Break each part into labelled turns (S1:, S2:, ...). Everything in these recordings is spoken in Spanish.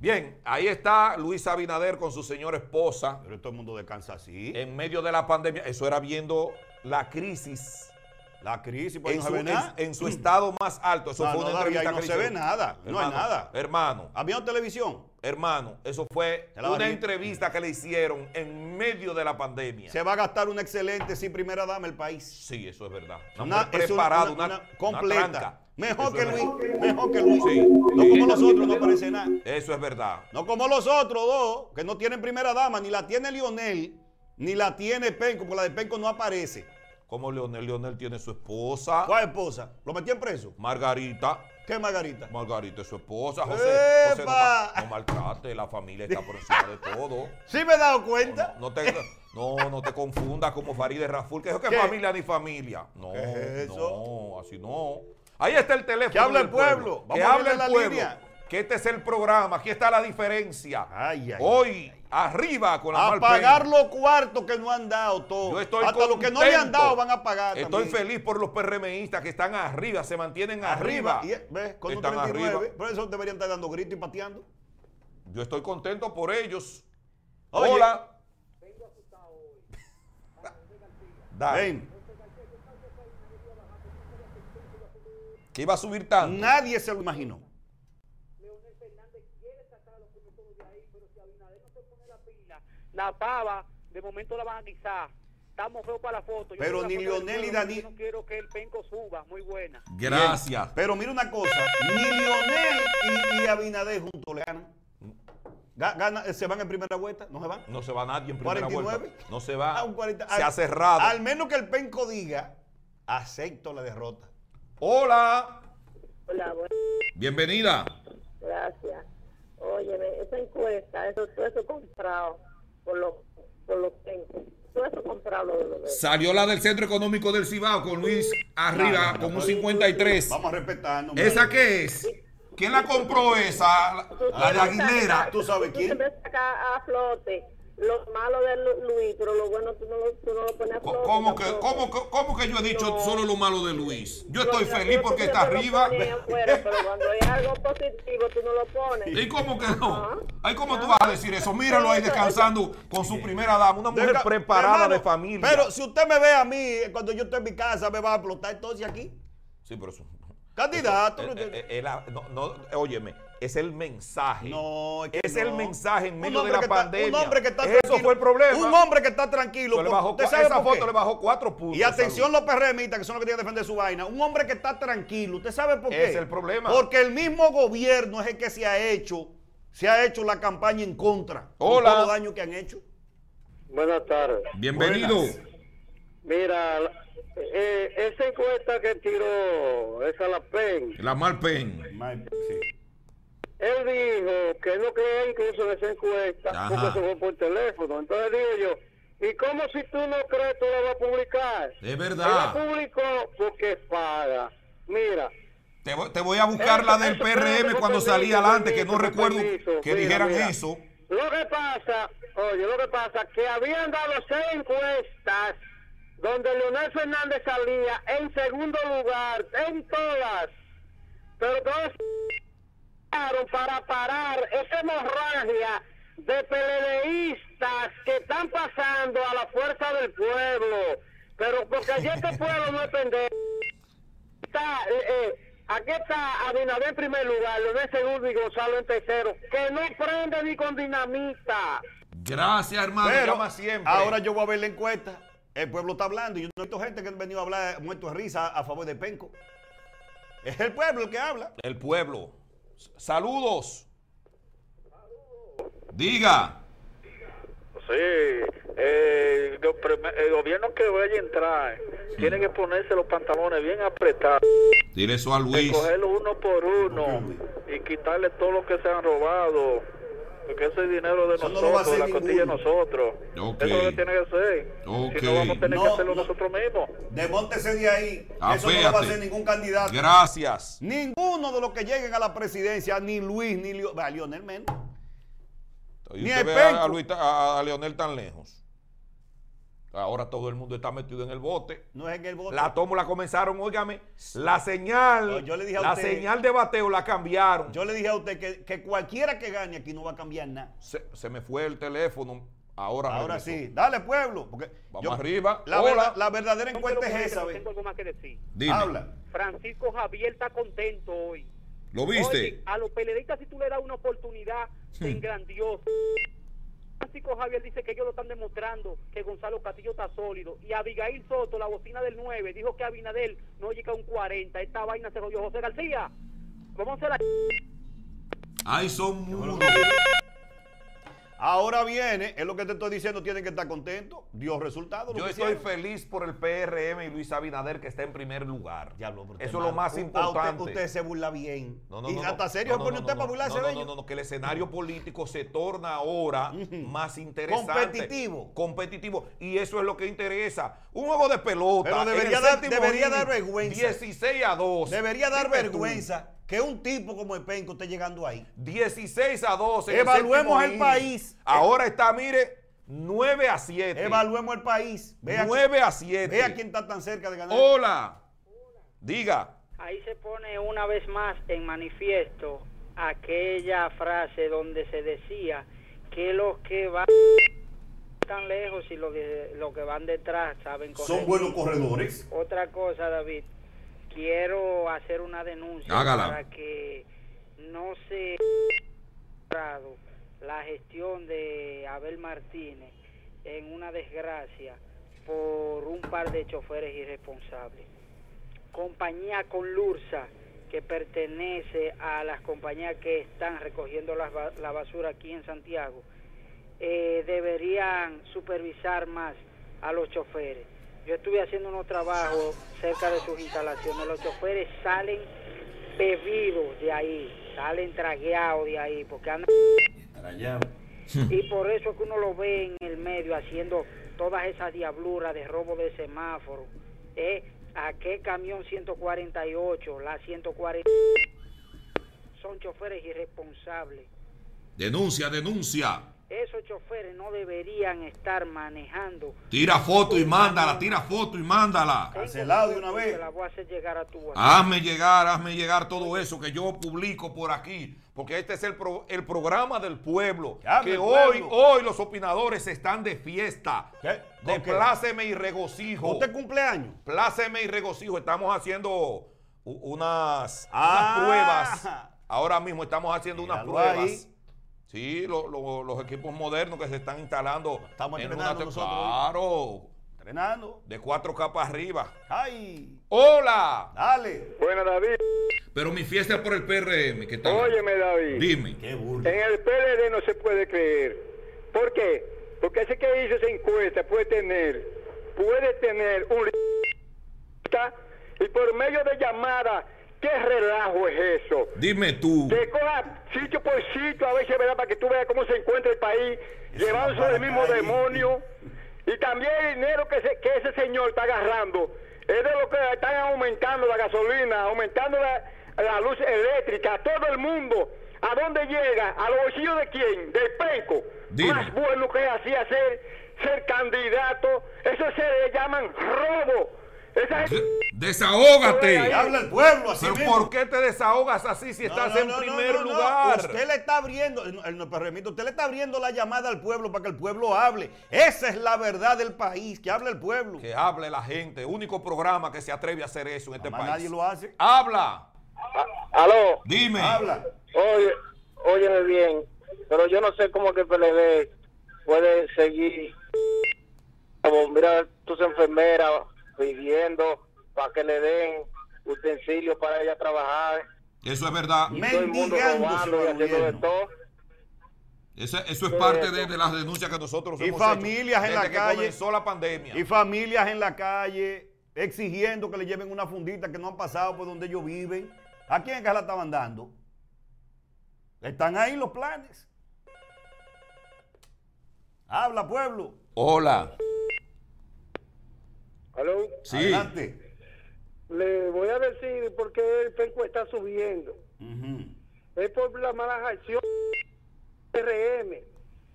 S1: Bien, ahí está Luis Abinader con su señora esposa
S2: Pero todo el mundo descansa así.
S1: en medio de la pandemia. Eso era viendo la crisis
S2: La crisis, pues
S1: en
S2: no
S1: su,
S2: se ve nada.
S1: en su estado más alto. Eso
S2: No,
S1: fue
S2: no,
S1: una
S2: David, ahí
S1: entrevista
S2: no
S1: que
S2: se
S1: le
S2: ve
S1: hicieron.
S2: nada. No hay
S1: Hermano,
S2: nada.
S1: Hermano,
S2: ¿Había televisión?
S1: hermano, eso fue
S2: Te la
S1: una
S2: barriga.
S1: entrevista que le hicieron en medio de la pandemia.
S2: Se va a gastar una excelente, sí, primera dama el país.
S1: Sí, eso es verdad. Una
S2: Una-
S1: mujer
S2: es una-
S1: preparada,
S2: una-
S1: una,
S2: una
S1: una
S2: completa.
S1: tranca.
S2: mejor
S1: Eso
S2: que
S1: es verdad.
S2: Luis, mejor que Luis.
S1: Sí.
S2: No
S1: Sí.
S2: como los otros, no aparece nada.
S1: Eso es verdad.
S2: No como los otros dos, que no tienen primera dama, ni la tiene Lionel, ni la tiene Penco, porque la de Penco no aparece.
S1: Como Leonel, Leonel tiene su esposa.
S2: ¿Cuál esposa? ¿Lo metieron preso?
S1: Margarita.
S2: ¿Qué Margarita?
S1: Margarita es su esposa. José, José no,
S2: ¡Epa!
S1: ma- no maltrate, la familia está por encima de todo.
S2: ¿Sí me he dado cuenta?
S1: No te, no, no te confundas como Farideh Raful, que es que
S2: ¿Qué?
S1: familia ni familia. No,
S2: ¿Qué es eso?
S1: no, así no. Ahí está el teléfono.
S2: Que hable
S1: del
S2: el pueblo. Vamos
S1: Que
S2: a
S1: hable
S2: abrirle
S1: el
S2: la
S1: pueblo.
S2: línea.
S1: Que este es el programa. Aquí está la diferencia.
S2: Ay, ay,
S1: Hoy, arriba con la
S2: A
S1: mal
S2: pagar los cuartos que no han dado todo.
S1: Yo estoy
S2: Hasta los que no le han
S1: contento.
S2: dado van a pagar.
S1: Estoy
S2: también.
S1: feliz por los PRMistas que están arriba, se mantienen arriba.
S2: Y, ¿Ves? Con un
S1: Están
S2: 39.
S1: arriba.
S2: Por eso deberían estar dando gritos y pateando.
S1: Yo estoy contento por ellos.
S2: Oye.
S1: Hola. Dale.
S2: Ven.
S1: Que iba a subir tanto.
S2: Nadie se lo imaginó.
S3: La pava, de momento la van a guisar. Estamos feos para la foto. Yo
S2: Pero
S3: quiero la
S2: ni
S3: foto del
S2: Lionel ni
S3: pueblo,
S2: Dani-
S3: yo No quiero que el penco suba, muy buena.
S1: Gracias.
S2: Pero mira una cosa. Ni Lionel y, y Abinader juntos le ganan. Ga- gana- eh, ¿Se van en primera vuelta? ¿No se van?
S1: No se va nadie en primera
S2: 49.
S1: vuelta. No se va.
S2: A un 40.
S1: Ah, se ha
S2: Al-
S1: cerrado.
S2: Al menos que el penco diga, acepto la derrota.
S1: Hola.
S4: Hola, bu-
S1: Bienvenida.
S4: gracias. Óyeme, esa encuesta, eso, todo eso comprado por los por los pencos. Todo eso comprado lo de los bebés.
S1: Salió la del Centro Económico del Cibao con Luis arriba
S2: No, no, no,
S1: con un
S2: no.
S1: 53.
S2: Vamos a respetarnos.
S1: ¿Esa
S2: mira.
S1: qué es? ¿Quién la compró esa? La, la de Aguilera.
S2: Tú sabes quién.
S4: siempre sacas a flote lo malo de Lu- Luis, pero lo bueno tú no lo, tú no lo pones
S3: Oh.
S4: a flote.
S1: ¿Cómo que,
S4: tampoco.
S1: cómo, que- cómo que yo he dicho
S4: No.
S1: solo lo malo de Luis? Yo estoy
S4: Lo- lo-
S1: feliz
S4: tú
S1: porque
S4: siempre
S1: está
S4: lo
S1: arriba.
S4: pones afuera, pero cuando es algo positivo tú no lo pones.
S1: ¿Y cómo que no?
S4: Ajá.
S1: ¿Ay, cómo tú vas a decir eso? Míralo ahí descansando con su primera dama, una mujer
S2: Deja-
S1: preparada
S2: hermano,
S1: de familia.
S2: Pero si usted me ve a mí eh, cuando yo estoy en mi casa, me va a explotar entonces aquí.
S1: sí, pero eso.
S2: Candidato.
S1: eh,
S2: no-
S1: eh, eh, la- no, no, óyeme, es el mensaje.
S2: no, que
S1: es
S2: no.
S1: el mensaje en
S2: Un
S1: medio de
S2: hombre
S1: la
S2: que está-
S1: pandemia.
S2: un hombre que está
S1: Eso
S2: tranquilo.
S1: fue el problema.
S2: Un hombre que está tranquilo.
S1: Eso le
S2: por-
S1: bajó
S2: ¿usted
S1: cua-
S2: sabe
S1: esa
S2: por qué?
S1: foto le bajó cuatro puntos.
S2: Y atención
S1: Salud.
S2: los PRMistas, que son los que tienen que defender su vaina. Un hombre que está tranquilo, ¿usted sabe por qué?
S1: Es el problema.
S2: Porque el mismo gobierno es el que se ha hecho, se ha hecho la campaña en contra. con
S1: Hola.
S2: todos los daños que han hecho.
S3: Buenas tardes.
S1: Bienvenido.
S3: Mira, eh, esa encuesta que tiró, esa la PEN,
S1: La Malpen.
S3: Él dijo que él no creía incluso en esa encuesta
S1: Ajá.
S3: porque se fue por teléfono. Entonces digo yo, ¿y cómo si tú no crees tú la vas a publicar?
S1: Es
S3: Él
S1: verdad.
S3: la publicó porque paga. Mira.
S1: Te voy, te voy a buscar la del
S3: eso-
S1: PRM
S3: eso-
S1: cuando
S3: permiso,
S1: salí adelante, que
S3: permiso,
S1: no recuerdo
S3: permiso.
S1: que
S3: Mira,
S1: dijeran
S3: mira.
S1: eso.
S3: Lo que pasa, oye, lo que pasa, que habían dado seis encuestas donde Leonel Fernández salía en segundo lugar, en todas. Pero todas usaron para parar esa hemorragia de peledeístas que están pasando a la fuerza del pueblo. Pero porque ya este pueblo no es pendejo. Está, eh, eh, aquí está Abinader en primer lugar, Leonel segundo y Gonzalo en tercero, que no prende ni con dinamita.
S1: Gracias, hermano.
S2: Pero
S1: llama siempre.
S2: ahora yo voy a ver la encuesta. El pueblo está hablando. y Yo no he visto gente que ha venido a hablar muerto de risa a favor de Penco. Es el pueblo el que habla.
S1: El pueblo. S- Saludos. Diga.
S3: Sí, eh, lo prim- el gobierno que vaya a entrar tiene que ponerse los pantalones bien apretados,
S1: Dile eso a Luis.
S3: cogerlo uno por uno y quitarle todo lo que se han robado, porque ese es dinero de
S2: Eso no lo va a
S3: nosotros, de
S2: hacer
S3: la costilla de
S2: ninguno.
S3: nosotros.
S1: Ok.
S3: Eso es lo que tiene que ser. Si no,
S1: Ok.
S3: vamos a tener
S2: No,
S3: que hacerlo
S2: no.
S3: nosotros mismos.
S2: Desmóntese de ahí.
S1: Ah,
S2: Eso no lo va a
S1: Aféate.
S2: hacer ningún candidato.
S1: Gracias.
S2: Ninguno de los que lleguen a la presidencia, ni Luis, ni Lio- bah, Lionel menos.
S1: Y
S2: Ni
S1: usted
S2: el
S1: ve a,
S2: penco.
S1: a Luis ta- a- a Leonel tan lejos. ahora todo el mundo está metido en el bote.
S2: No es en el voto.
S1: La tómbola comenzaron, óigame, la señal,
S2: No, yo le dije a
S1: la
S2: usted-
S1: señal de bateo la cambiaron.
S2: Yo le dije a usted que, que cualquiera que gane aquí no va a cambiar nada.
S1: se, se me fue el teléfono. Ahora,
S2: Ahora
S1: regresó.
S2: sí, dale pueblo. Porque
S1: Ah, Vamos arriba.
S2: La,
S1: Hola.
S2: verdad- la verdadera
S3: No quiero
S2: encuesta
S3: que
S2: es esa,
S3: entre,
S2: ve.
S3: Tengo algo más que decir.
S1: Dime.
S2: Habla.
S3: Francisco Javier está contento hoy.
S1: ¿Lo
S3: Oye,
S1: viste?
S3: a los PLDistas si tú le das una oportunidad, se engrandioso. Francisco Javier dice que ellos lo están demostrando, que Gonzalo Castillo está sólido. Y Abigail Soto, la bocina del 9, dijo que Abinadel no llega a un 40. Esta vaina se jodió. José García, vamos a hacer la...
S1: Ay, son mudos.
S2: Ahora viene, es lo que te estoy diciendo, tienen que estar contentos. Dios resultado. lo
S1: Yo
S2: que
S1: estoy
S2: hicieron.
S1: feliz por el PRM y Luis Abinader que está en primer lugar.
S2: Diablo, pero
S1: Eso
S2: usted
S1: es lo
S2: malo.
S1: más
S2: Ah,
S1: importante.
S2: Usted, usted se burla bien.
S1: No, no,
S2: y
S1: no, no.
S2: hasta serio
S1: No,
S2: se
S1: no,
S2: pone
S1: no,
S2: usted
S1: no,
S2: para
S1: no,
S2: burlarse
S1: no,
S2: de
S1: no,
S2: ellos.
S1: No, no, que el escenario político se torna ahora más interesante.
S2: Competitivo.
S1: Competitivo. Y eso es lo que interesa. Un juego de pelota.
S2: Pero
S1: en el
S2: debería dar-
S1: séptimo
S2: debería
S1: inning,
S2: dar vergüenza.
S1: 16 a 2.
S2: Debería dar
S1: Dime tú,
S2: vergüenza que un tipo como el Penco esté llegando ahí.
S1: 16 a 12. en
S2: Evaluemos
S1: séptimo
S2: el
S1: inning.
S2: país.
S1: Ahora está, mire, 9 a 7.
S2: Evaluemos el país. Vea,
S1: 9 a 7.
S2: vea quién está tan cerca de ganar.
S1: Hola. Diga.
S5: Ahí se pone una vez más en manifiesto aquella frase donde se decía que los que van tan lejos y los que, los que van detrás saben correr.
S2: buenos corredores.
S5: Otra cosa, David, quiero hacer una denuncia
S1: Hágala.
S5: para que no se logrado la gestión de Abel Martínez en una desgracia por un par de choferes irresponsables. Compañía Conlursa, que pertenece a las compañías que están recogiendo las ba- la basura aquí en Santiago, eh, deberían supervisar más a los choferes. Yo estuve haciendo unos trabajos cerca de sus instalaciones. Los choferes salen bebidos de ahí, salen tragueados de ahí, porque andan... Y por eso es que uno lo ve en el medio haciendo todas esas diabluras de robo de semáforo. ¿eh? ¿A qué camión 148, la 140? Son choferes irresponsables.
S1: Denuncia, denuncia.
S5: Esos choferes no deberían estar manejando.
S1: Tira foto y mándala, tira foto y mándala.
S5: Tengo
S2: Cancelado de una
S5: fotos y
S2: vez.
S5: te la voy a hacer llegar a tu WhatsApp.
S1: Hazme llegar, hazme llegar todo eso que yo publico por aquí, porque este es el, pro- el programa del pueblo.
S2: Llame
S1: que
S2: al
S1: hoy,
S2: pueblo.
S1: hoy los opinadores están de fiesta.
S2: ¿Qué? ¿De
S1: De
S2: qué?
S1: pláceme y regocijo.
S2: ¿Usted cumpleaños?
S1: Pláceme y regocijo. Estamos haciendo u- unas, unas
S2: Ah.
S1: pruebas. Ahora mismo estamos haciendo unas
S2: Míralo
S1: pruebas.
S2: ahí.
S1: Sí, lo- lo- los equipos modernos que se están instalando.
S2: Estamos
S1: en
S2: entrenando
S1: te-
S2: nosotros hoy.
S1: Claro,
S2: Entrenando.
S1: de cuatro capas arriba.
S2: ¡Ay!
S1: ¡Hola!
S2: ¡Dale!
S6: Bueno, David,
S1: Pero mi fiesta es por el PRM. ¿Qué tal?
S6: óyeme, David.
S1: Dime.
S2: ¡Qué
S1: Eh.
S2: burla!
S6: En el PLD no se puede creer. ¿Por qué? Porque ese que hizo esa encuesta puede tener, puede tener un y por medio de llamada, ¿qué relajo es eso?
S1: Dime tú.
S6: Que coja sitio por sitio a ver si es verdad para que tú veas cómo se encuentra el país,
S2: Es
S6: llevado
S2: una
S6: sobre el mismo
S2: calle.
S6: demonio. Y también el dinero que, se- que ese señor está agarrando es de lo que están aumentando la gasolina, aumentando la, la luz eléctrica, a todo el mundo. ¿A dónde llega? ¿A los bolsillos de quién? Del penco.
S1: Dime.
S6: Más bueno que es así hacer, ser candidato. Eso se le llaman robo. Esa gente-
S1: Desahógate.
S2: Y habla el pueblo así
S1: Pero
S2: mismo.
S1: ¿por qué te desahogas así si
S2: No,
S1: estás
S2: no,
S1: en
S2: no, no,
S1: primer
S2: no, no.
S1: lugar?
S2: Usted le está abriendo, el, el- permito, usted le está abriendo la llamada al pueblo para que el pueblo hable. Esa es la verdad del país, que habla el pueblo.
S1: Que hable la gente. Único programa que se atreve a hacer eso en este
S2: Además,
S1: país.
S2: nadie lo hace.
S1: Habla.
S6: A- Aló.
S1: Dime.
S2: Habla.
S6: Oye, óyeme bien, pero yo no sé cómo que PLD puede seguir como mira tus enfermeras pidiendo para que le den utensilios para ella trabajar,
S1: Eso es verdad.
S2: Me-
S6: todo el mundo
S2: Mendigando se
S6: robando y
S2: va
S6: haciendo de
S2: huyendo.
S6: todo.
S1: Eso, eso es parte de, de las denuncias que nosotros
S2: Y
S1: hemos
S2: familias
S1: hecho
S2: en la
S1: desde que
S2: calle.
S1: comenzó la pandemia.
S2: Y familias en la calle exigiendo que le lleven una fundita que no han pasado por donde ellos viven. ¿A quién es que la estaban dando? Están ahí los planes. Habla, pueblo.
S1: Hola.
S6: Aló,
S1: Sí.
S2: Adelante.
S6: le voy a decir por qué el penco está subiendo.
S2: Ujú.
S6: Es por las malas acciones del PRM.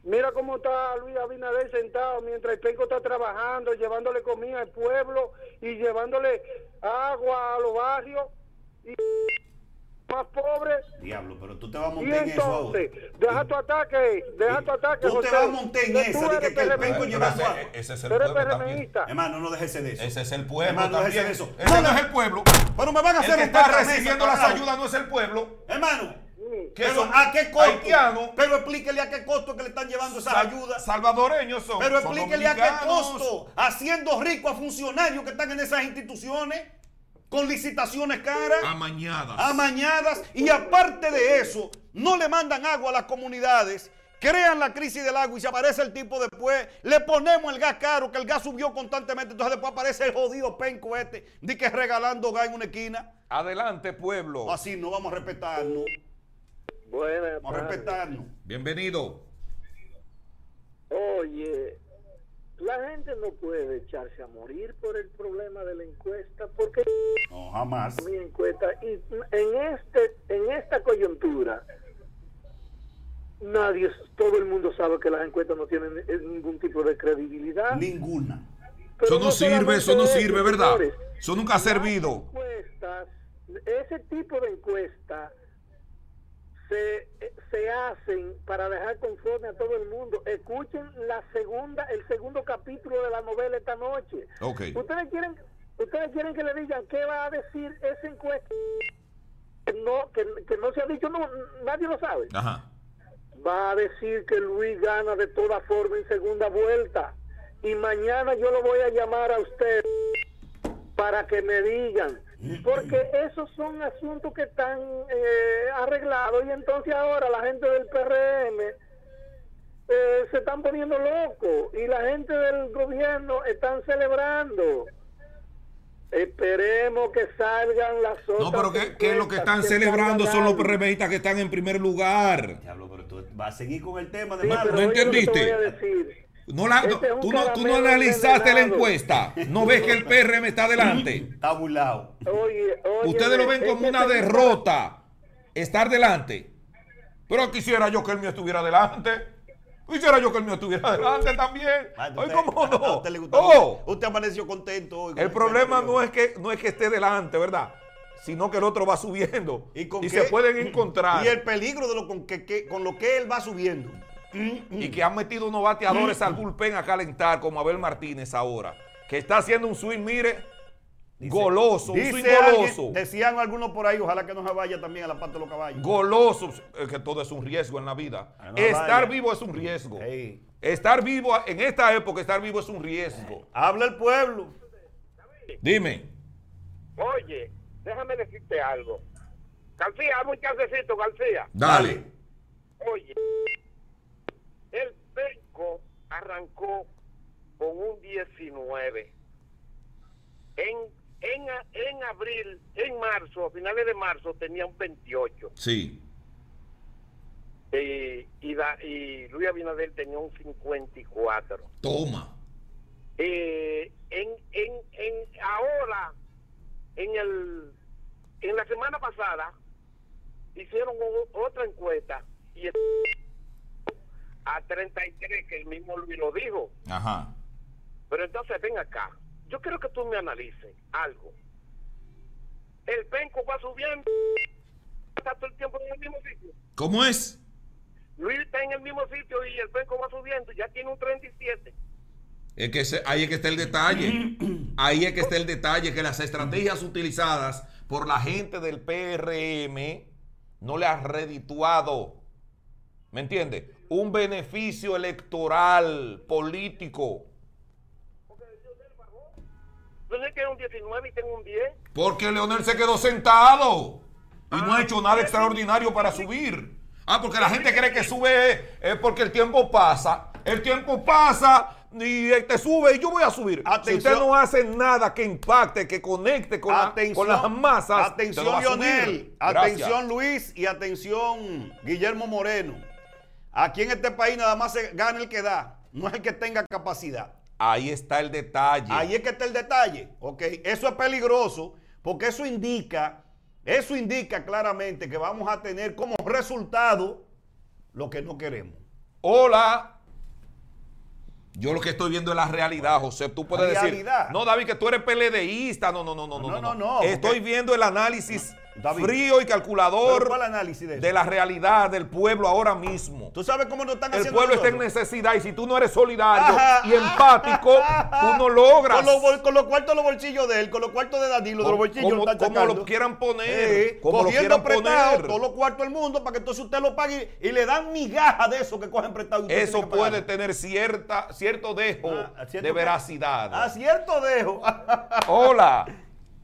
S3: Mira cómo está Luis Abinader sentado mientras el penco está trabajando, llevándole comida al pueblo y llevándole agua a los barrios y más pobres.
S2: Diablo, pero tú te vas a
S3: Y
S2: montar en eso ahora.
S3: entonces, deja tu ataque, deja tu
S2: Tú
S3: ataque.
S2: te
S3: José.
S2: vas a montar en
S3: Que
S2: esa,
S3: tú
S2: de que-
S3: eres
S2: que el
S1: Pero,
S2: penco
S3: PRMista.
S1: pero
S2: llevando
S1: ese-
S2: agua.
S1: ese es el
S3: Tú eres
S1: pueblo también.
S3: PRMista.
S2: Hermano, no dejes de eso.
S1: Ese es el pueblo
S2: Hermano, no
S1: también.
S2: dejes eso.
S1: Ese no
S2: No, no.
S1: es el pueblo.
S2: Pero me van a
S1: El
S2: hacer
S1: que
S2: un
S1: está
S2: parto en esa,
S1: recibiendo las
S2: carajo.
S1: ayudas no es el pueblo.
S2: Hermano,
S1: Que
S2: pero
S1: son
S2: ¿a qué costo?
S1: haitianos.
S2: Pero explíquele a qué costo que le están llevando esas
S1: Sal-
S2: ayudas.
S1: Salvadoreños son.
S2: Pero
S1: son
S2: explíquele a qué
S1: dominicanos.
S2: costo, haciendo rico a funcionarios que están en esas instituciones, con licitaciones caras,
S1: Amañadas.
S2: Ah. amañadas, y aparte de eso, no le mandan agua a las comunidades, crean la crisis del agua y se aparece el tipo después, le ponemos el gas caro, que el gas subió constantemente, entonces después aparece el jodido penco este, di que regalando gas en una esquina.
S1: Adelante, pueblo.
S2: Así no vamos a respetarnos,
S3: Buenas
S2: vamos a
S3: tardes.
S2: respetarnos.
S1: Bienvenido.
S3: Oye, la gente no puede echarse a morir por el problema de la encuesta, porque
S2: No, jamás.
S3: mi encuesta y en este en esta coyuntura nadie todo el mundo sabe que las encuestas no tienen eh, ningún tipo de credibilidad
S2: Ninguna.
S3: Pero
S1: eso no, sirve,
S3: solamente
S1: eso no sirve, ¿verdad?
S3: señores.
S1: Eso nunca ha servido.
S3: Las encuestas, ese tipo de encuestas se, eh, se hacen para dejar conforme a todo el mundo. Escuchen la segunda, el segundo capítulo de la novela esta noche.
S1: Ok.
S3: Ustedes quieren, ustedes quieren que le digan qué va a decir esa encuesta. Que No, que, que no se ha dicho, no, nadie lo sabe.
S1: Ajá.
S3: Va a decir que Luis gana de toda forma en segunda vuelta. Y mañana yo lo voy a llamar a usted para que me digan. Porque esos son asuntos que están eh, arreglados. Y entonces ahora la gente del PRM eh, se están poniendo locos. Y la gente del gobierno están celebrando. Esperemos que salgan las otras.
S1: No, pero que, que lo que
S3: encuestas
S1: están celebrando son los
S3: salgan.
S1: PRMistas que están en primer lugar.
S2: Diablo, pero tú vas a seguir con el tema de
S3: Sí,
S2: mano.
S3: pero
S1: ¿No
S3: oye lo que te
S1: entendiste?
S3: voy a decir.
S1: No la-
S3: Este es un
S1: tú, no, tú no
S3: caramelo
S1: analizaste la
S3: envenenado.
S1: encuesta. No ves que el PRM está adelante.
S2: Está burlado.
S3: Oye, oye,
S1: Ustedes lo ven
S3: es
S1: como
S3: que
S1: una
S3: este-
S1: derrota. Estar delante. Pero quisiera yo que el mío estuviera adelante. Quisiera yo que el mío estuviera adelante también.
S2: Ah,
S1: Ay,
S2: usted-
S1: ¿cómo no?
S2: a usted le Uh, gusta-
S1: Oh.
S2: Usted amaneció contento hoy.
S1: El problema no es que no es que esté delante, ¿verdad? Sino que el otro va subiendo y,
S2: con
S1: se
S2: qué?
S1: pueden encontrar
S2: Y el peligro de lo con que, que- con lo que él va subiendo.
S1: y que han metido unos bateadores al bullpen a calentar como Abel Martínez ahora, que está haciendo un swing, mire, goloso, un swing
S2: Dice alguien-
S1: goloso.
S2: decían algunos por ahí, ojalá que no se vaya también a la parte de los caballos.
S1: Goloso, eh, que todo es un riesgo en la vida.
S2: Ah, no,
S1: estar
S2: vaya.
S1: vivo es un riesgo.
S2: Ey.
S1: Estar vivo en esta época, estar vivo es un riesgo.
S2: Habla el pueblo.
S1: Dime.
S6: Oye, déjame decirte algo. García, hazme un chancecito, García.
S1: Dale.
S6: Oye, el Penco arrancó con un 19. En, en, a- en abril, en marzo, a finales de marzo, tenía un 28.
S1: Sí.
S6: Y, y, da- y Luis Abinader tenía un 54.
S1: Toma.
S6: Eh, en, en, en ahora, en el en la semana pasada, hicieron o- otra encuesta y el- a 33, que el mismo Luis lo dijo.
S1: Ajá.
S6: Pero entonces ven acá. Yo quiero que tú me analices algo. El penco va subiendo, está todo el tiempo en el mismo sitio.
S1: ¿Cómo es?
S6: Luis está en el mismo sitio y el penco va subiendo, ya tiene un 37.
S1: Es que se- ahí es que está el detalle. Ahí es que está el detalle, que las estrategias utilizadas por la gente del PRM no le ha redituado. ¿Me entiendes? Un beneficio electoral, político.
S6: Entonces tiene un 19 y tengo un 10.
S1: Porque Leonel se quedó sentado y no ha hecho nada extraordinario para subir. Ah, porque la gente cree que sube eh, es porque el tiempo pasa. El tiempo pasa y eh, te sube y yo voy a subir. Si
S2: Atención.
S1: usted no hace nada que impacte, que conecte con, la- con las masas,
S2: Atención,
S1: usted no va a subir.
S2: Lionel.
S1: Gracias.
S2: Atención, Luis. Y atención, Guillermo Moreno. Aquí en este país nada más se gana el que da, no es el que tenga capacidad.
S1: Ahí está el detalle.
S2: Ahí es que está el detalle, ¿ok? Eso es peligroso porque eso indica, eso indica claramente que vamos a tener como resultado lo que no queremos.
S1: Hola. Yo lo que estoy viendo es la realidad, José. Tú puedes
S2: Realidad.
S1: decir. No, David, que tú eres PLDista. No, no, no, no, no.
S2: No, no, no, porque-
S1: Estoy viendo el análisis
S2: David.
S1: frío y
S2: ¿Pero
S1: calculador
S2: ¿Cuál análisis de eso?
S1: de la realidad del pueblo ahora mismo.
S2: ¿Tú sabes cómo nos están
S1: El
S2: haciendo
S1: pueblo está en
S2: nosotros?
S1: necesidad y si tú no eres solidario
S2: Ajá.
S1: y empático, tú no logras.
S2: Con los, bol- con los cuartos de los bolsillos de él, con los cuartos de Danilo, de los
S1: Como-
S2: bolsillos
S1: como-
S2: lo están
S1: como
S2: sacando.
S1: lo quieran poner,
S2: Eh,
S1: como lo quieran
S2: cogiendo prestado
S1: poner.
S2: todos los cuartos del mundo para que entonces usted lo pague y, y le dan migajas de eso que cogen prestado. y usted
S1: Eso
S2: tiene que pagarlo.
S1: puede tener cierta, cierto dejo
S2: Ah, cierto
S1: de
S2: que- Ah,
S1: veracidad.
S2: A cierto dejo.
S1: Hola.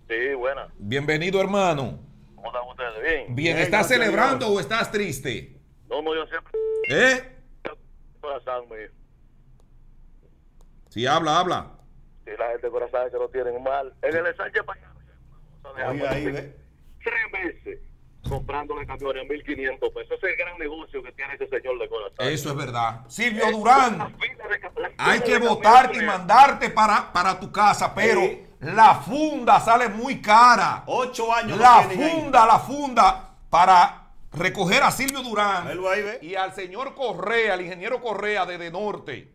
S6: Sí, buena.
S1: Bienvenido, hermano.
S6: ¿Cómo están ustedes? Bien.
S1: Bien,
S2: Bien,
S1: ¿estás
S2: gracias a
S1: celebrando o estás triste?
S6: No, no, yo siempre
S1: ¿Eh?
S6: corazón mío.
S1: Sí, habla, habla.
S6: Si la gente de corazón que lo tienen mal. En el ensanche español.
S2: Oiga ahí, ve.
S6: Tres meses comprándole camiones a 1.500 pesos. Ese es el gran negocio que tiene ese señor de corazón.
S1: Eso es verdad. Silvio
S6: Eh,
S1: Durán,
S6: la fila de ca- la
S1: hay
S6: fila
S1: que
S6: de
S1: votarte y
S6: camiones.
S1: mandarte para, para tu casa, pero
S2: Sí.
S1: la funda sale muy cara.
S2: Ocho años lo
S1: La
S2: tienes ahí.
S1: funda, la funda para recoger a Silvio Durán
S2: Velo ahí, ve.
S1: y al señor Correa, al ingeniero Correa de De Norte,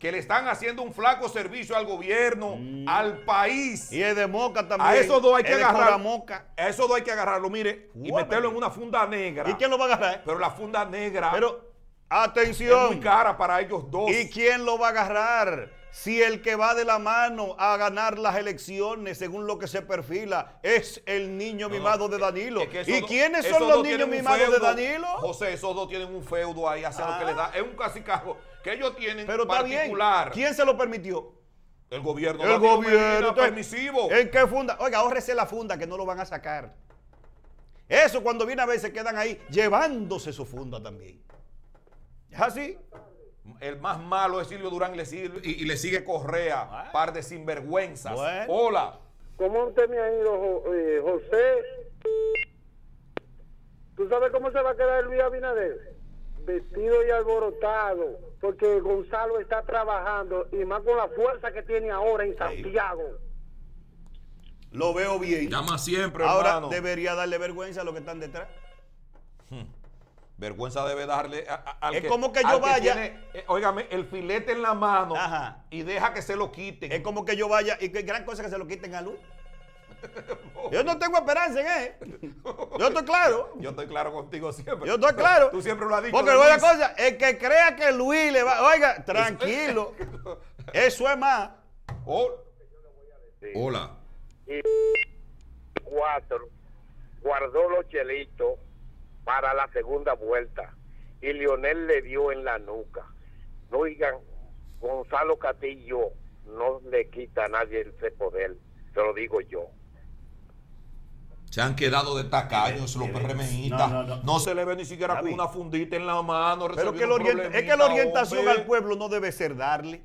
S1: que le están haciendo un flaco servicio al gobierno, al país.
S2: Mm. Y es de moca también.
S1: A esos dos hay que
S2: Es de
S1: agarrar.
S2: Coramoca.
S1: A esos dos hay que agarrarlo, mire, y
S2: Ué,
S1: meterlo
S2: me-
S1: en una funda negra.
S2: ¿Y quién lo va a agarrar?
S1: Pero la funda negra
S2: Pero,
S1: es
S2: atención.
S1: muy cara para ellos dos.
S2: ¿Y quién lo va a agarrar? Si el que va de la mano a ganar las elecciones, según lo que se perfila, es el niño mimado de Danilo.
S1: Es que esos
S2: ¿Y
S1: dos-
S2: quiénes
S1: esos
S2: son
S1: dos
S2: los
S1: tienen
S2: niños
S1: un
S2: mimados de
S1: feudo.
S2: Danilo?
S1: José, esos dos tienen un feudo ahí, hacen lo que
S2: Ah.
S1: les da. Es un cacicajo que ellos tienen
S2: Pero está bien.
S1: particular.
S2: ¿Quién se lo permitió?
S1: El gobierno.
S2: El
S1: Danilo Medina,
S2: gobierno. Entonces,
S1: permisivo.
S2: ¿En qué funda? Oiga, ahorrese la funda que no lo van a sacar. Eso cuando viene a ver se quedan ahí llevándose su funda también. ¿Es así?
S1: El más malo es Silvio Durán y le sigue, y- y le sigue Correa.
S2: Bueno.
S1: Par de sinvergüenzas.
S2: Ah. Bueno.
S1: Hola.
S3: ¿Cómo usted me ha ido, Jo- eh, José? ¿Tú sabes cómo se va a quedar Luis Abinader? Vestido y alborotado, porque Gonzalo está trabajando y más con la fuerza que tiene ahora en Santiago.
S2: Lo veo bien.
S1: Llama siempre,
S2: Ahora
S1: hermano.
S2: debería darle vergüenza a los que están detrás.
S1: Vergüenza debe darle a- a- al
S2: Es como que yo
S1: al
S2: vaya-
S1: tiene, eh, óigame, el filete en la mano
S2: Ajá.
S1: y deja que se lo quiten.
S2: Es como que yo vaya y que gran cosa que se lo quiten a Luis. Yo no tengo esperanza en él. Yo estoy claro.
S1: Yo estoy claro contigo siempre.
S2: Yo estoy claro.
S1: Tú siempre lo has dicho.
S2: Porque
S1: de
S2: otra
S1: Luis.
S2: cosa, el que crea que Luis le va. Oiga, tranquilo. Eso es más.
S1: Hol- Oh. Hola.
S6: cuatro guardó los chelitos para la segunda vuelta y Lionel le dio en la nuca. No oigan, Gonzalo Castillo no le quita a nadie ese poder, te lo digo yo.
S1: Se han quedado de tacaños los PRMistas. No,
S2: Eh, No, no, no.
S1: se le ve ni siquiera
S2: David.
S1: con una fundita en la mano.
S2: Pero
S1: resolviendo
S2: que la
S1: un
S2: orienta- es que la
S1: problemita,
S2: orientación
S1: hombre.
S2: al pueblo no debe ser darle.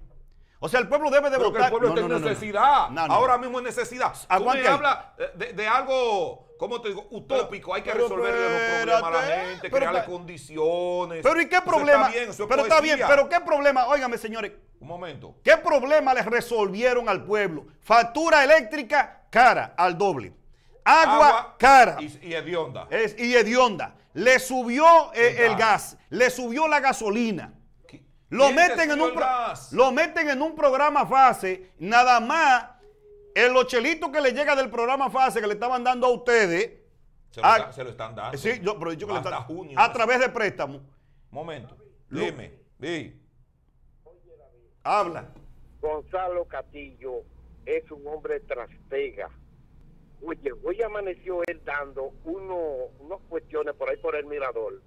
S2: O sea, el pueblo debe de
S1: Pero que
S2: votar.
S1: el pueblo
S2: No,
S1: está
S2: no, no,
S1: en
S2: no, no.
S1: necesidad.
S2: No, no.
S1: Ahora mismo en necesidad. Tú me
S2: Aguante ahí.
S1: hablas eh, de, de algo, ¿cómo te digo? Utópico. Hay que
S2: pero
S1: resolverle los problemas a la
S2: espérate,
S1: gente,
S2: pero
S1: crearle
S2: está-
S1: condiciones.
S2: Pero ¿y qué
S1: Eso
S2: problema?
S1: Está bien, eso es
S2: pero está bien,
S1: poesía.
S2: pero ¿qué problema? Óigame, señores,
S1: Un momento.
S2: ¿Qué problema les resolvieron al pueblo? Factura eléctrica cara, al doble. Agua, cara Eh,
S1: Y, y hedionda.
S2: es- y hedionda. Le subió eh,
S1: El
S2: el gas, le subió la gasolina. Lo
S1: ¿Quién
S2: meten,
S1: decidió
S2: en un
S1: el
S2: pro-
S1: gas?
S2: lo meten en un programa fase, nada más el ochelitos que le llega del programa fase que le estaban dando a ustedes,
S1: Se lo,
S2: Ah,
S1: está- se lo están dando.
S2: sí, yo, pero yo que le
S1: Hasta
S2: están-
S1: junio.
S2: a través de préstamo.
S1: Momento.
S2: Lu-
S1: Dime. Di.
S2: Habla.
S6: Gonzalo Castillo es un hombre trastega. Oye, hoy amaneció él dando uno, unas cuestiones por ahí por el mirador.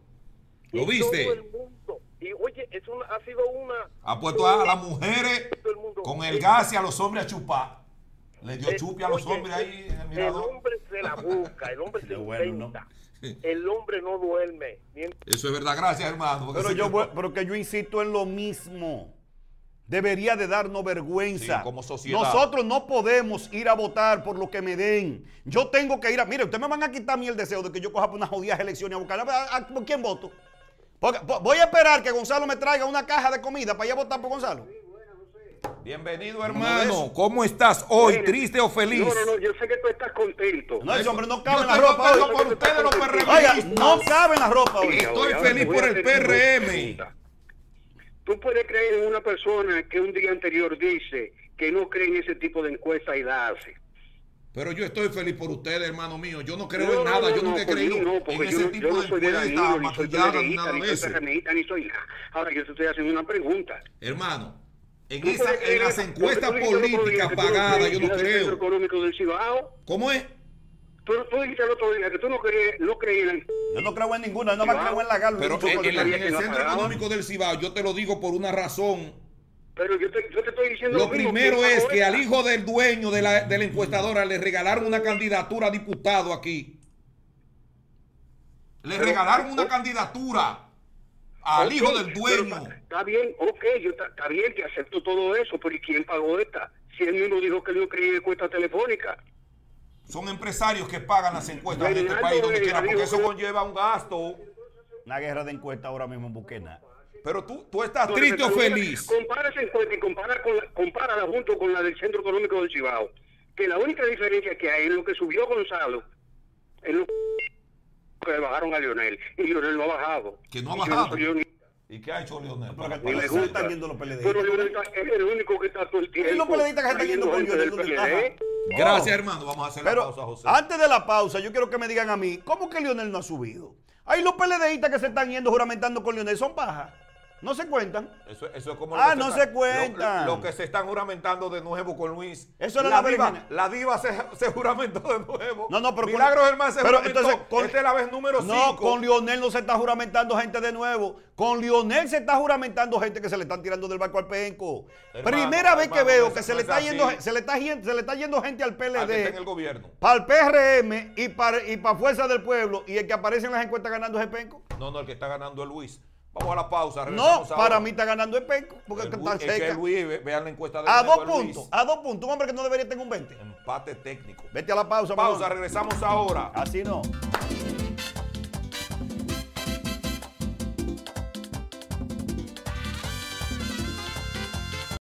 S1: ¿Lo
S6: Y
S1: viste?
S6: Todo el mundo. Y oye, es una, ha sido una...
S1: Ha puesto a las mujeres
S6: Todo el mundo-
S1: con el gas y a los hombres a chupar. Le dio
S6: Eh,
S1: chupi a los
S6: oye,
S1: hombres ahí en el
S6: el
S1: mirador.
S6: hombre se la busca, el hombre se
S2: Qué bueno, ¿no?
S6: inventa. El hombre no duerme. ni en-
S1: Eso es verdad, gracias hermano. porque
S2: Pero
S1: sé
S2: yo,
S1: que-
S2: voy- pero que yo insisto en lo mismo. Debería de darnos vergüenza.
S1: Sí, como sociedad.
S2: Nosotros no podemos ir a votar por lo que me den. Yo tengo que ir a. Mire, ustedes me van a quitar a mí el deseo de que yo coja por unas jodidas elecciones a buscar. ¿A- a- ¿Por quién voto? Porque- po- voy a esperar que Gonzalo me traiga una caja de comida para ir a votar por Gonzalo.
S1: Bienvenido
S2: No,
S1: hermano.
S2: eso.
S1: ¿Cómo estás hoy?
S6: Mire,
S1: ¿Triste o feliz?
S6: No, no, no, yo sé que tú estás contento.
S2: No, ese hombre no
S1: Yo
S2: cabe en la
S1: estoy
S2: ropa.
S1: contento
S2: hoy.
S1: por ustedes los PRMistas.
S2: Oiga, no cabe en la ropa hoy.
S1: Estoy
S6: Ahora
S1: feliz
S6: te voy
S1: por
S6: a
S1: el
S6: hacer una
S1: PRM.
S6: pregunta. Tú puedes creer en una persona que un día anterior dice que no cree en ese tipo de encuesta y la hace.
S1: Pero yo estoy feliz por ustedes, hermano mío. Yo no creo
S6: No,
S1: en
S6: no,
S1: nada.
S6: no,
S1: yo
S6: no,
S1: nunca he
S6: por mí
S1: creído
S6: no,
S1: en
S6: porque
S1: ese
S6: yo no-
S1: tipo
S6: yo no
S1: de
S6: soy de
S1: encuesta,
S6: Danilo, ni soy
S1: maquillada, ni
S6: PRDista,
S1: nada
S6: ni
S1: de
S6: soy
S1: eso.
S6: PRMista, ni soy nada. Ahora yo te estoy haciendo una pregunta.
S1: Hermano, en,
S6: Tú
S1: esa-
S6: puedes
S1: en
S6: creer-
S1: las encuestas
S6: lo que tú dijiste el otro día,
S1: políticas
S6: que tú no
S1: pagadas,
S6: crees
S1: yo
S6: en
S1: no
S6: el centro
S1: creo.
S6: económico del Cibao.
S1: ¿Cómo es?
S6: Tú, tú dijiste el otro día que tú no crees, no crees en la-
S2: Yo no creo en ninguna, yo no más
S6: Wow.
S2: creo en la Galo.
S1: Pero
S2: en un
S1: en, en la-
S2: chocolate.
S1: en el centro económico del Cibao, yo te lo digo por una razón.
S6: Pero yo te, yo te estoy diciendo
S1: Lo
S6: mismo,
S1: primero
S6: que
S1: es
S6: ahora-
S1: que al hijo del dueño de la, de la encuestadora le regalaron una candidatura a diputado aquí. Le
S6: Pero-
S1: regalaron una candidatura al
S6: Ok,
S1: hijo del
S6: pero
S1: dueño.
S6: está- Está bien, ok, yo está, está bien que acepto todo eso, pero ¿y quién pagó esta? Si él mismo dijo que él no creía en cuesta telefónica.
S1: Son empresarios que pagan las encuestas en este
S6: Reinaldo
S1: país donde quiera,
S6: Vega
S1: porque
S6: dijo
S1: eso
S6: que-
S1: conlleva un gasto.
S2: Una guerra de encuesta ahora mismo en Buquena.
S1: Pero tú, tú estás triste o feliz.
S6: Compara esa encuesta y pues, compara con la, compárala junto con la del Centro Económico del Cibao. Que la única diferencia que hay es lo que subió Gonzalo, es lo que le bajaron a Lionel. Y Lionel no ha bajado.
S1: Que no ha
S6: Y yo
S1: bajado.
S6: soy leonista,
S1: ¿Y qué ha hecho Leonel?
S2: Pero que
S6: ni me
S2: se
S6: gusta.
S2: están yendo los PLDistas.
S6: Pero Lionel está- es el único que está todo el tiempo.
S2: Y los PLDistas que se están yendo con
S6: trayendo
S2: Lionel
S6: gente del E.
S2: ¿dónde
S6: PLD.
S2: está?
S1: Gracias, hermano. Vamos a hacer la pausa,
S2: Pero
S1: José.
S2: antes de la pausa, yo quiero que me digan a mí, ¿cómo que Lionel no ha subido? Hay los PLDistas que se están yendo juramentando con Lionel, son pajas. No se cuentan.
S1: Eso, eso es como
S2: Ah,
S1: que
S2: no
S1: está-
S2: se cuentan.
S1: Lo, lo que se están juramentando de nuevo con Luis.
S2: Eso era
S1: la
S2: la
S1: diva.
S2: vergüenza.
S1: La diva se, se juramentó de nuevo.
S2: No, no, pero con-
S1: Milagros Germán se
S2: pero
S1: juramentó.
S2: entonces, con-
S1: Esta este es la vez número 5.
S2: No, con Lionel no se está juramentando gente de nuevo. Con Lionel se está juramentando gente que se le están tirando del barco al penco.
S1: Hermano,
S2: Primera vez que
S1: hermano,
S2: veo
S1: eso
S2: que se
S1: no
S2: le
S1: es
S2: está
S1: así.
S2: yendo, se le está, yendo- se le está yendo gente al
S1: está en el
S2: PLD,
S1: gobierno.
S2: para el PRM y para y para Fuerza del Pueblo y el que aparece en las encuestas ganando es el penco.
S1: No, no, el que está ganando es Luis. Vamos a la pausa.
S2: No,
S1: regresamos ahora.
S2: para mí está ganando el penco porque
S1: El
S2: está
S1: Luis- es que
S2: seca.
S1: Luis, ve- vean la encuesta de
S2: A
S1: nuevo,
S2: dos
S1: el Luis.
S2: puntos, a dos puntos. Un hombre que no debería tener un 20.
S1: Empate técnico.
S2: Vete a la pausa.
S1: Pausa,
S2: Manolo.
S1: regresamos ahora.
S2: Así no.